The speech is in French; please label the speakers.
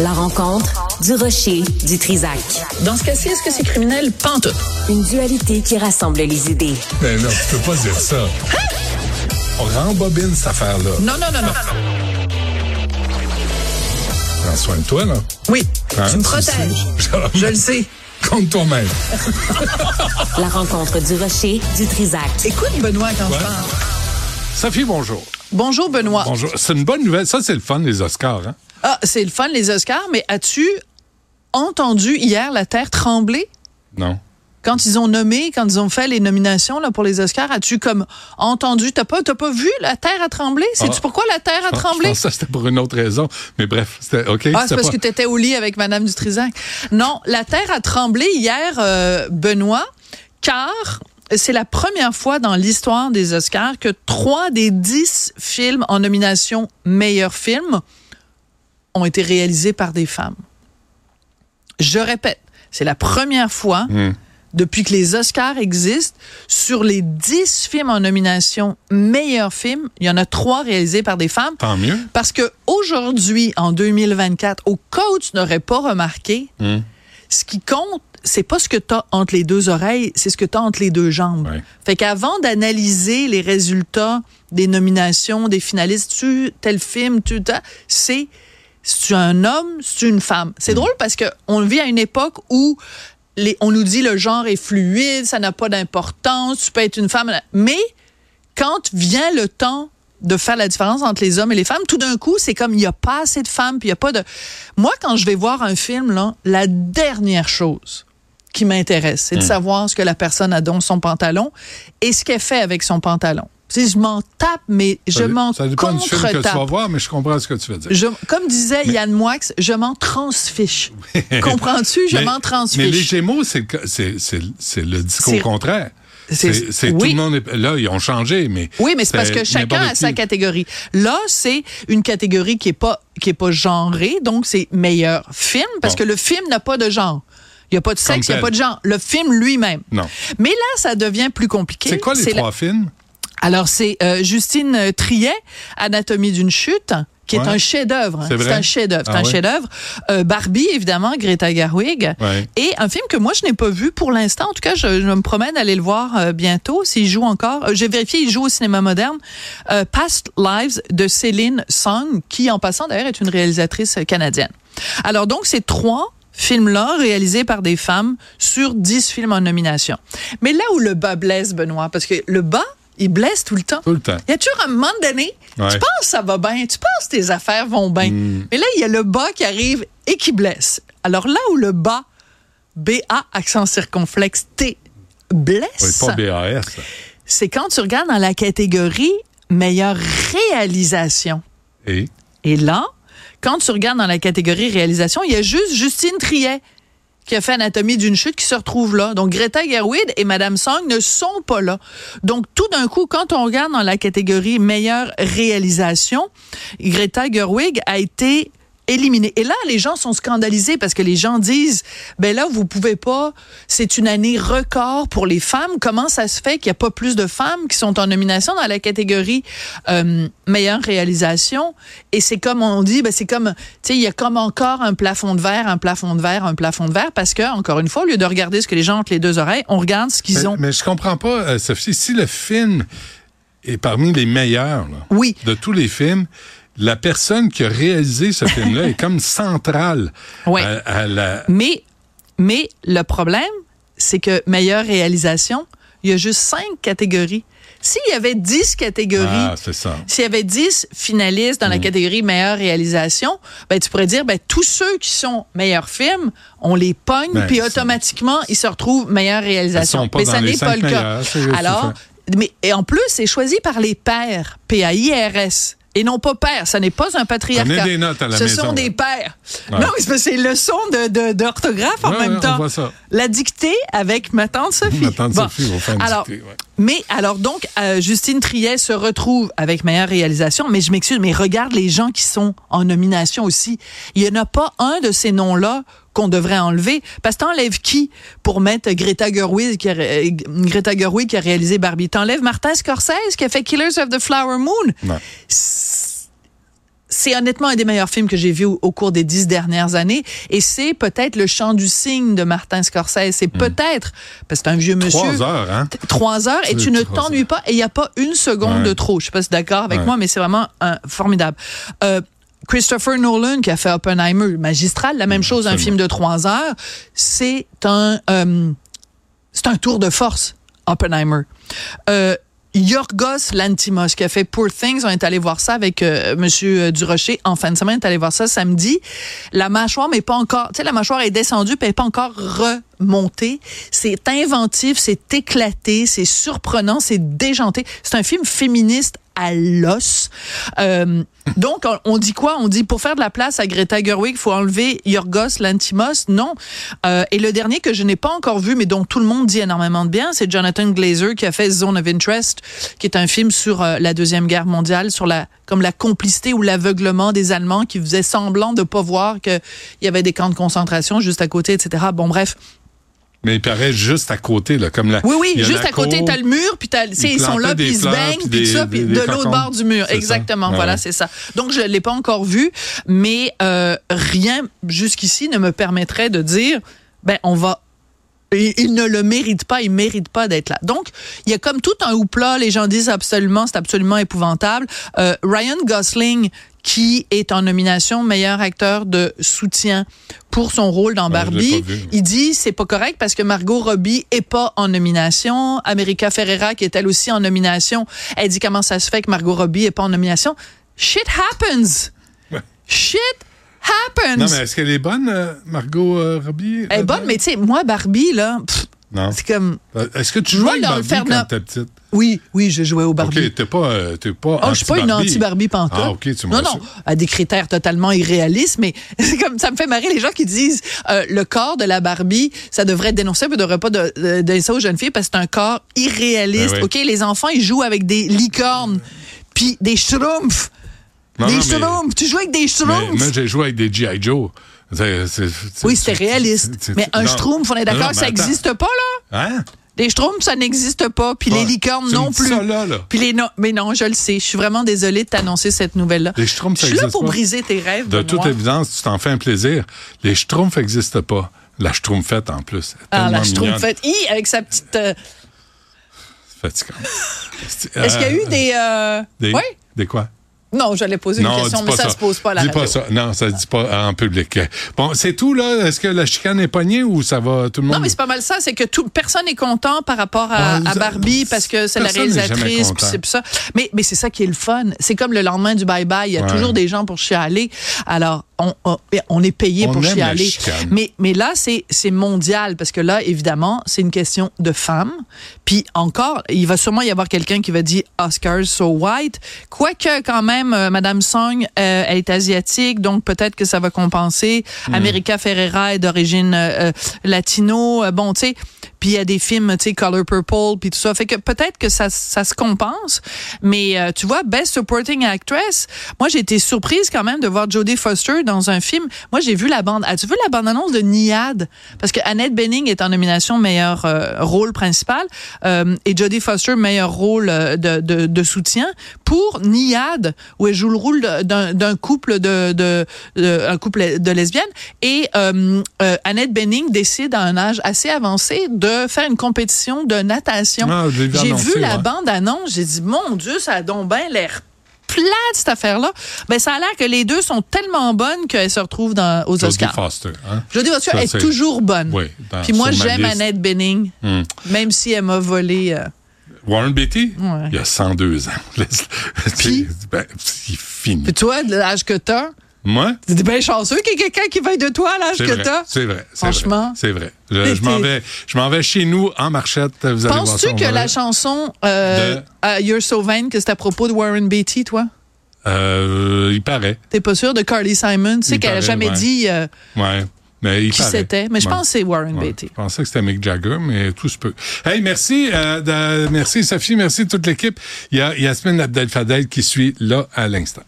Speaker 1: La rencontre du rocher du Trisac.
Speaker 2: Dans ce cas-ci, est-ce que c'est criminel? Pantoute.
Speaker 1: Une dualité qui rassemble les idées.
Speaker 3: Mais Ben non, tu peux pas dire ça. On rembobine cette affaire-là.
Speaker 2: Non, non, non, non.
Speaker 3: Prends soin de toi, là.
Speaker 2: Oui,
Speaker 3: Hein,
Speaker 2: tu me
Speaker 3: tu
Speaker 2: protèges.
Speaker 3: sais.
Speaker 2: Je le sais.
Speaker 3: Compte toi-même.
Speaker 1: La rencontre du rocher du Trisac.
Speaker 2: Écoute, Benoît, quand
Speaker 3: Ouais.
Speaker 2: je parle.
Speaker 3: Sophie, bonjour.
Speaker 2: Bonjour, Benoît.
Speaker 3: Bonjour. C'est une bonne nouvelle. Ça, c'est le fun, les Oscars. Hein?
Speaker 2: Ah, c'est le fun, les Oscars, mais as-tu entendu hier la Terre trembler?
Speaker 3: Non.
Speaker 2: Quand ils ont nommé, quand ils ont fait les nominations là, pour les Oscars, as-tu comme entendu? T'as pas, t'as pas vu la Terre a tremblé? Sais-tu
Speaker 3: Ah.
Speaker 2: pourquoi la Terre a
Speaker 3: Je
Speaker 2: tremblé?
Speaker 3: pense que ça, c'était pour une autre raison. Mais bref, c'était OK.
Speaker 2: Ah,
Speaker 3: c'était
Speaker 2: c'est parce
Speaker 3: pas-
Speaker 2: que tu étais au lit avec Madame Dutrisac. Non, la Terre a tremblé hier, euh, Benoît, car c'est la première fois dans l'histoire des Oscars que trois des dix films en nomination meilleur film ont été réalisés par des femmes. Je répète, c'est la première fois depuis que les Oscars existent, sur les dix films en nomination meilleur film, il y en a trois réalisés par des femmes.
Speaker 3: Tant mieux.
Speaker 2: Parce que aujourd'hui, en 2024, au cas où tu n'aurais pas remarqué, ce qui compte, c'est pas ce que tu as entre les deux oreilles, c'est ce que tu as entre les deux jambes.
Speaker 3: Ouais.
Speaker 2: Fait qu'avant d'analyser les résultats des nominations, des finalistes, tu tel film, tu t'as, c'est c'est un homme, c'est une femme. C'est drôle parce que on vit à une époque où les, on nous dit le genre est fluide, ça n'a pas d'importance, tu peux être une femme, mais quand vient le temps de faire la différence entre les hommes et les femmes, tout d'un coup, c'est comme il n'y a pas assez de femmes, puis il n'y a pas de... Moi, quand je vais voir un film, là, la dernière chose qui m'intéresse,
Speaker 3: Hmm.
Speaker 2: c'est de savoir ce que la personne a dans son pantalon et ce qu'elle fait avec son pantalon. Si je m'en tape, mais je
Speaker 3: Ça-
Speaker 2: m'en
Speaker 3: Ça dépend du film que tu vas
Speaker 2: contre-tape.
Speaker 3: voir, mais je comprends ce que tu veux dire.
Speaker 2: Je- comme disait Yann Moix, je m'en transfiche. Comprends-tu? Je
Speaker 3: Mais-
Speaker 2: m'en
Speaker 3: Mais les
Speaker 2: transfiche.
Speaker 3: Gémeaux, c'est le, ca- c'est- c'est- c'est le discours
Speaker 2: C'est-
Speaker 3: contraire.
Speaker 2: c'est-
Speaker 3: C'est c'est
Speaker 2: oui.
Speaker 3: tout le monde. est- là, ils ont changé, mais.
Speaker 2: Oui, mais c'est parce que chacun
Speaker 3: n'importe
Speaker 2: a sa
Speaker 3: qui.
Speaker 2: catégorie. Là, c'est une catégorie qui est pas qui est pas genrée, donc c'est meilleur film parce
Speaker 3: Bon.
Speaker 2: que le film n'a pas de genre. Il n'y a pas de sexe, il n'y a
Speaker 3: tel.
Speaker 2: pas de genre. Le film lui-même.
Speaker 3: Non.
Speaker 2: Mais là, ça devient plus compliqué.
Speaker 3: C'est quoi les
Speaker 2: la-
Speaker 3: trois films?
Speaker 2: Alors, c'est euh, Justine euh, Triet, Anatomie d'une chute, qui
Speaker 3: Ouais.
Speaker 2: est un chef-d'œuvre. hein.
Speaker 3: C'est
Speaker 2: C'est
Speaker 3: vrai?
Speaker 2: un chef-d'œuvre. c'est
Speaker 3: Ah
Speaker 2: un
Speaker 3: ouais?
Speaker 2: chef-d'œuvre. Euh, Barbie, évidemment, Greta Garwig.
Speaker 3: Ouais.
Speaker 2: Et un film que moi, je n'ai pas vu pour l'instant. En tout cas, je, je me promène d'aller le voir euh, bientôt, s'il joue encore. Euh, J'ai vérifié, il joue au cinéma moderne. Euh, Past Lives de Céline Song, qui, en passant d'ailleurs, est une réalisatrice euh, canadienne. Alors, donc, ces trois films-là réalisés par des femmes sur 10 films en nomination. Mais là où le bas blesse, Benoît, parce que le bas, il blesse tout le temps.
Speaker 3: Tout le temps.
Speaker 2: Il y a toujours un moment donné,
Speaker 3: Ouais. Hmm.
Speaker 2: tu penses que ça va bien, tu penses que tes affaires vont bien. Mais là, il y a le bas qui arrive et qui blesse. Alors là où le bas, B-A, accent circonflexe, T,
Speaker 3: Oui,
Speaker 2: blesse,
Speaker 3: pas BAS. ça.
Speaker 2: c'est quand tu regardes dans la catégorie meilleure réalisation.
Speaker 3: Et.
Speaker 2: Et là, quand tu regardes dans la catégorie réalisation, il y a juste Justine Triet qui a fait Anatomie d'une chute qui se retrouve là. Donc Greta Gerwig et Madame Song ne sont pas là. Donc tout d'un coup, quand on regarde dans la catégorie meilleure réalisation, Greta Gerwig a été éliminée. Et là, les gens sont scandalisés parce que les gens disent, ben là, vous pouvez pas, c'est une année record pour les femmes. Comment ça se fait qu'il n'y a pas plus de femmes qui sont en nomination dans la catégorie euh, meilleure réalisation? Et c'est comme on dit, ben c'est comme, tu sais, il y a comme encore un plafond de verre, un plafond de verre, un plafond de verre, parce que, encore une fois, au lieu de regarder ce que les gens ont entre les deux oreilles, on regarde ce
Speaker 3: Mais,
Speaker 2: qu'ils ont.
Speaker 3: mais je comprends pas, euh, Sophie, si le film est parmi les meilleurs là,
Speaker 2: Oui.
Speaker 3: de tous les films, la personne qui a réalisé ce film-là est comme centrale
Speaker 2: Ouais.
Speaker 3: à, à la...
Speaker 2: Mais, mais le problème, c'est que meilleure réalisation, il y a juste cinq catégories. S'il y avait dix catégories,
Speaker 3: Ah, c'est ça.
Speaker 2: s'il y avait dix finalistes
Speaker 3: Mm.
Speaker 2: dans la catégorie meilleure réalisation, ben, tu pourrais dire, ben, tous ceux qui sont meilleurs films, on les pogne,
Speaker 3: Ben,
Speaker 2: puis
Speaker 3: c'est- Ben,
Speaker 2: automatiquement, ils se retrouvent meilleure réalisation.
Speaker 3: sont pas
Speaker 2: mais
Speaker 3: dans
Speaker 2: ça
Speaker 3: les
Speaker 2: n'est pas le
Speaker 3: cinq
Speaker 2: cas.
Speaker 3: meilleurs, c'est juste
Speaker 2: Alors,
Speaker 3: ça.
Speaker 2: mais, et en plus, c'est choisi par les pères, P-A-I-R-S. Et non pas père, ça n'est pas un patriarcat.
Speaker 3: Prenez des notes à la
Speaker 2: Ce
Speaker 3: maison,
Speaker 2: sont des
Speaker 3: là.
Speaker 2: pères.
Speaker 3: Ouais.
Speaker 2: Non, mais c'est parce que c'est leçon de- de- d'orthographe en
Speaker 3: Ouais,
Speaker 2: même
Speaker 3: ouais, on
Speaker 2: temps.
Speaker 3: voit ça.
Speaker 2: La dictée avec ma tante Sophie.
Speaker 3: Ma tante Sophie va faire une
Speaker 2: alors,
Speaker 3: dictée, ouais.
Speaker 2: Mais alors donc, euh, Justine Triet se retrouve avec meilleure réalisation, mais je m'excuse, mais regarde les gens qui sont en nomination aussi. Il n'y en a pas un de ces noms-là qu'on devrait enlever, parce que t'enlèves qui pour mettre Greta Gerwig qui a, ré- euh, Greta Gerwig qui a réalisé Barbie? T'enlèves Martin Scorsese qui a fait Killers of the Flower Moon?
Speaker 3: Non.
Speaker 2: c'est honnêtement un des meilleurs films que j'ai vu au, au cours des dix dernières années. Et c'est peut-être Le Chant du Cygne de Martin Scorsese. C'est peut-être, parce que c'est un vieux monsieur.
Speaker 3: Hmm. Trois heures, hein?
Speaker 2: T- Trois heures et
Speaker 3: Deux,
Speaker 2: tu ne
Speaker 3: trois
Speaker 2: t'ennuies pas et il n'y a pas une seconde
Speaker 3: Ouais.
Speaker 2: de trop. Je sais pas si tu es d'accord avec
Speaker 3: Ouais.
Speaker 2: moi, mais c'est vraiment un- formidable. Euh, Christopher Nolan qui a fait Oppenheimer, magistral, la même chose, un
Speaker 3: Mm, absolument.
Speaker 2: film de trois heures, c'est un euh, c'est un tour de force. Oppenheimer. Euh, Yorgos Lantimos qui a fait Poor Things, on est allé voir ça avec euh, Monsieur euh, Durocher en fin de semaine, on est allé voir ça samedi. La mâchoire n'est pas encore, tu sais, la mâchoire est descendue, puis elle n'est pas encore remontée. C'est inventif, c'est éclaté, c'est surprenant, c'est déjanté. C'est un film féministe à l'os. Euh, donc, on, on dit quoi? On dit, pour faire de la place à Greta Gerwig, il faut enlever Yorgos Lantimos. Non. Euh, et le dernier que je n'ai pas encore vu, mais dont tout le monde dit énormément de bien, c'est Jonathan Glazer qui a fait Zone of Interest, qui est un film sur euh, la Deuxième Guerre mondiale, sur la comme la complicité ou l'aveuglement des Allemands qui faisaient semblant de pas voir qu'il y avait des camps de concentration juste à côté, etc. Bon, bref.
Speaker 3: Mais il paraît juste à côté, là, comme la.
Speaker 2: Oui, oui,
Speaker 3: il y a
Speaker 2: juste
Speaker 3: la
Speaker 2: à côté,
Speaker 3: cour.
Speaker 2: t'as le mur, puis t'as, tu sais, ils sont
Speaker 3: plantaient
Speaker 2: là, puis
Speaker 3: des
Speaker 2: ils se
Speaker 3: fleurs,
Speaker 2: baignent,
Speaker 3: puis
Speaker 2: puis
Speaker 3: des-
Speaker 2: tout ça, puis
Speaker 3: des-
Speaker 2: de
Speaker 3: des
Speaker 2: l'autre bord
Speaker 3: concombres.
Speaker 2: du mur.
Speaker 3: C'est ça.
Speaker 2: Exactement,
Speaker 3: Ah
Speaker 2: voilà,
Speaker 3: ouais.
Speaker 2: c'est ça. Donc, je ne l'ai pas encore vu, mais euh, rien jusqu'ici ne me permettrait de dire, ben, on va... Il, il ne le mérite pas, il mérite pas d'être là. Donc, il y a comme tout un houpla, les gens disent absolument, c'est absolument épouvantable. Euh, Ryan Gosling, qui est en nomination meilleur acteur de soutien pour son rôle dans
Speaker 3: Ouais, Ah, je l'ai
Speaker 2: Barbie,
Speaker 3: pas vu.
Speaker 2: il dit c'est pas correct parce que Margot Robbie est pas en nomination, America Ferrera qui est elle aussi en nomination, elle dit comment ça se fait que Margot Robbie est pas en nomination. Shit happens.
Speaker 3: Ouais.
Speaker 2: Shit happens.
Speaker 3: Non, mais est-ce qu'elle est bonne, euh, Margot euh, Robbie?
Speaker 2: Elle est bonne, mais tu sais, moi, Barbie, là, pff,
Speaker 3: Non.
Speaker 2: c'est comme.
Speaker 3: Euh, Est-ce que tu
Speaker 2: Moi,
Speaker 3: jouais une
Speaker 2: dans le
Speaker 3: Barbie
Speaker 2: Ferna-
Speaker 3: quand t'étais petite?
Speaker 2: Oui, oui, je jouais au Barbie.
Speaker 3: OK, t'es pas. euh, t'es pas
Speaker 2: Oh, je suis pas une anti-Barbie pantoute.
Speaker 3: Ah, OK, tu
Speaker 2: Non,
Speaker 3: m'as
Speaker 2: non, à des critères totalement irréalistes, mais c'est comme ça me fait marrer les gens qui disent euh, le corps de la Barbie, ça devrait être dénoncé, mais ne devrait pas de- de- donner ça aux jeunes filles parce que c'est un corps irréaliste.
Speaker 3: Ben oui.
Speaker 2: OK, les enfants, ils jouent avec des licornes, puis des schtroumpfs.
Speaker 3: Non,
Speaker 2: des
Speaker 3: non, mais-
Speaker 2: schtroumpfs. Tu joues avec des
Speaker 3: Mais moi,
Speaker 2: schtroumpfs.
Speaker 3: j'ai joué avec des G.I. Joe. C'est- c'est- c'est-
Speaker 2: Oui, c'était réaliste.
Speaker 3: c'est- c'est-
Speaker 2: mais un
Speaker 3: non.
Speaker 2: schtroumpf, on est
Speaker 3: Non,
Speaker 2: d'accord,
Speaker 3: non,
Speaker 2: ça
Speaker 3: mais attends.
Speaker 2: n'existe pas, là?
Speaker 3: Hein?
Speaker 2: Les schtroumpfs, ça n'existe pas, puis
Speaker 3: Ouais.
Speaker 2: les licornes
Speaker 3: Tu me
Speaker 2: non
Speaker 3: dis
Speaker 2: plus.
Speaker 3: ça, là, là.
Speaker 2: Puis les no- Mais non, je le sais. Je suis vraiment désolée de t'annoncer cette nouvelle-là.
Speaker 3: Les schtroumpfs,
Speaker 2: Je
Speaker 3: ça
Speaker 2: suis là
Speaker 3: existe
Speaker 2: pour
Speaker 3: pas.
Speaker 2: briser tes rêves.
Speaker 3: De toute
Speaker 2: Benoît.
Speaker 3: évidence, tu t'en fais un plaisir. Les schtroumpfs n'existent pas. La schtroumpfette, en plus. est
Speaker 2: Ah, la
Speaker 3: tellement mignonne.
Speaker 2: schtroumpfette. Hi, avec sa petite. euh,
Speaker 3: C'est fatigant. C'est-
Speaker 2: Est-ce qu'il y a
Speaker 3: euh,
Speaker 2: eu des. euh,
Speaker 3: des-
Speaker 2: Oui?
Speaker 3: Des quoi?
Speaker 2: Non, j'allais poser une question,
Speaker 3: dis
Speaker 2: mais
Speaker 3: pas
Speaker 2: ça, se pose pas à la
Speaker 3: dis
Speaker 2: radio.
Speaker 3: pas ça. Non, ça se dit pas en public. Bon, c'est tout, là. Est-ce que la chicane est pognée ou ça va tout le monde?
Speaker 2: Non, mais c'est pas mal ça. C'est que tout, personne n'est content par rapport à,
Speaker 3: Ah, vous-
Speaker 2: à Barbie parce que c'est la
Speaker 3: personne n'est jamais
Speaker 2: réalisatrice, puis
Speaker 3: content.
Speaker 2: c'est puis ça. Mais, mais c'est ça qui est le fun. C'est comme le lendemain du bye-bye. Il y a
Speaker 3: Ouais.
Speaker 2: toujours des gens pour chialer. Alors, on, on- on est payé
Speaker 3: On
Speaker 2: pour
Speaker 3: aime la
Speaker 2: chialer.
Speaker 3: chicane.
Speaker 2: Mais, mais là, c'est c'est mondial parce que là, évidemment, c'est une question de femmes. Puis encore, il va sûrement y avoir quelqu'un qui va dire Oscars so white. Quoique, quand même, euh, Madame Song, euh, elle est asiatique, donc peut-être que ça va compenser.
Speaker 3: Mm.
Speaker 2: America Ferrera est d'origine euh, euh, latino. Euh, bon, tu sais. Puis il y a des films, tu sais, Color Purple, puis tout ça. Fait que peut-être que ça, ça se compense. Mais euh, tu vois, Best Supporting Actress, moi, j'ai été surprise quand même de voir Jodie Foster dans un film. Moi, j'ai vu la bande. As-tu vu la bande-annonce de Niad? Parce que Annette Bening est en nomination meilleur euh, rôle principal euh, et Jodie Foster meilleur rôle euh, de, de, de soutien pour Niad, où elle joue le rôle d'un d'un couple de, de, de- un couple de lesbiennes. Et euh, euh, Annette Bening décide à un âge assez avancé de faire une compétition de natation.
Speaker 3: Ah, je l'ai vu
Speaker 2: J'ai
Speaker 3: annoncer,
Speaker 2: vu la
Speaker 3: ouais.
Speaker 2: bande-annonce, j'ai dit, mon Dieu, ça a donc bien l'air plate, cette affaire-là. Ben, ça a l'air que les deux sont tellement bonnes qu'elles se retrouvent dans, aux
Speaker 3: Jodie
Speaker 2: Oscars.
Speaker 3: Foster, hein?
Speaker 2: Jodie Foster
Speaker 3: Ça,
Speaker 2: est
Speaker 3: c'est-
Speaker 2: toujours bonne.
Speaker 3: Oui, dans-
Speaker 2: Puis moi,
Speaker 3: sur ma
Speaker 2: j'aime
Speaker 3: liste.
Speaker 2: Annette Bening,
Speaker 3: Hmm.
Speaker 2: même si elle m'a volé. euh,
Speaker 3: Warren Beatty?
Speaker 2: Ouais.
Speaker 3: Il y a 102 ans. Laisse-
Speaker 2: Puis?
Speaker 3: Ben, il finit.
Speaker 2: Puis toi, de l'âge que t'as,
Speaker 3: Moi?
Speaker 2: t'es bien chanceux qu'il y ait quelqu'un qui veille de toi à l'âge
Speaker 3: C'est
Speaker 2: que
Speaker 3: vrai.
Speaker 2: t'as.
Speaker 3: C'est vrai. c'est vrai,
Speaker 2: Franchement.
Speaker 3: C'est vrai. Je, je m'en
Speaker 2: T'es-
Speaker 3: vais, je m'en vais chez nous en marchette. Vous allez voir ça,
Speaker 2: Penses-tu
Speaker 3: on
Speaker 2: que
Speaker 3: va-
Speaker 2: la chanson euh,
Speaker 3: De-
Speaker 2: euh, You're So Vain, que c'est à propos de Warren Beatty, toi?
Speaker 3: Euh, il paraît.
Speaker 2: T'es pas sûr de Carly Simon? Tu sais
Speaker 3: Il
Speaker 2: qu'elle a
Speaker 3: paraît,
Speaker 2: jamais
Speaker 3: ouais.
Speaker 2: dit euh,
Speaker 3: Ouais. Mais il
Speaker 2: qui
Speaker 3: paraît.
Speaker 2: c'était. Mais je
Speaker 3: Ouais.
Speaker 2: pense que c'est Warren
Speaker 3: Ouais.
Speaker 2: Beatty.
Speaker 3: Je pensais que c'était Mick Jagger, mais tout se peut. Hey, merci, euh, de- merci Sophie, merci toute l'équipe. Il y a Yasmine Abdel-Fadel qui suit là à l'instant.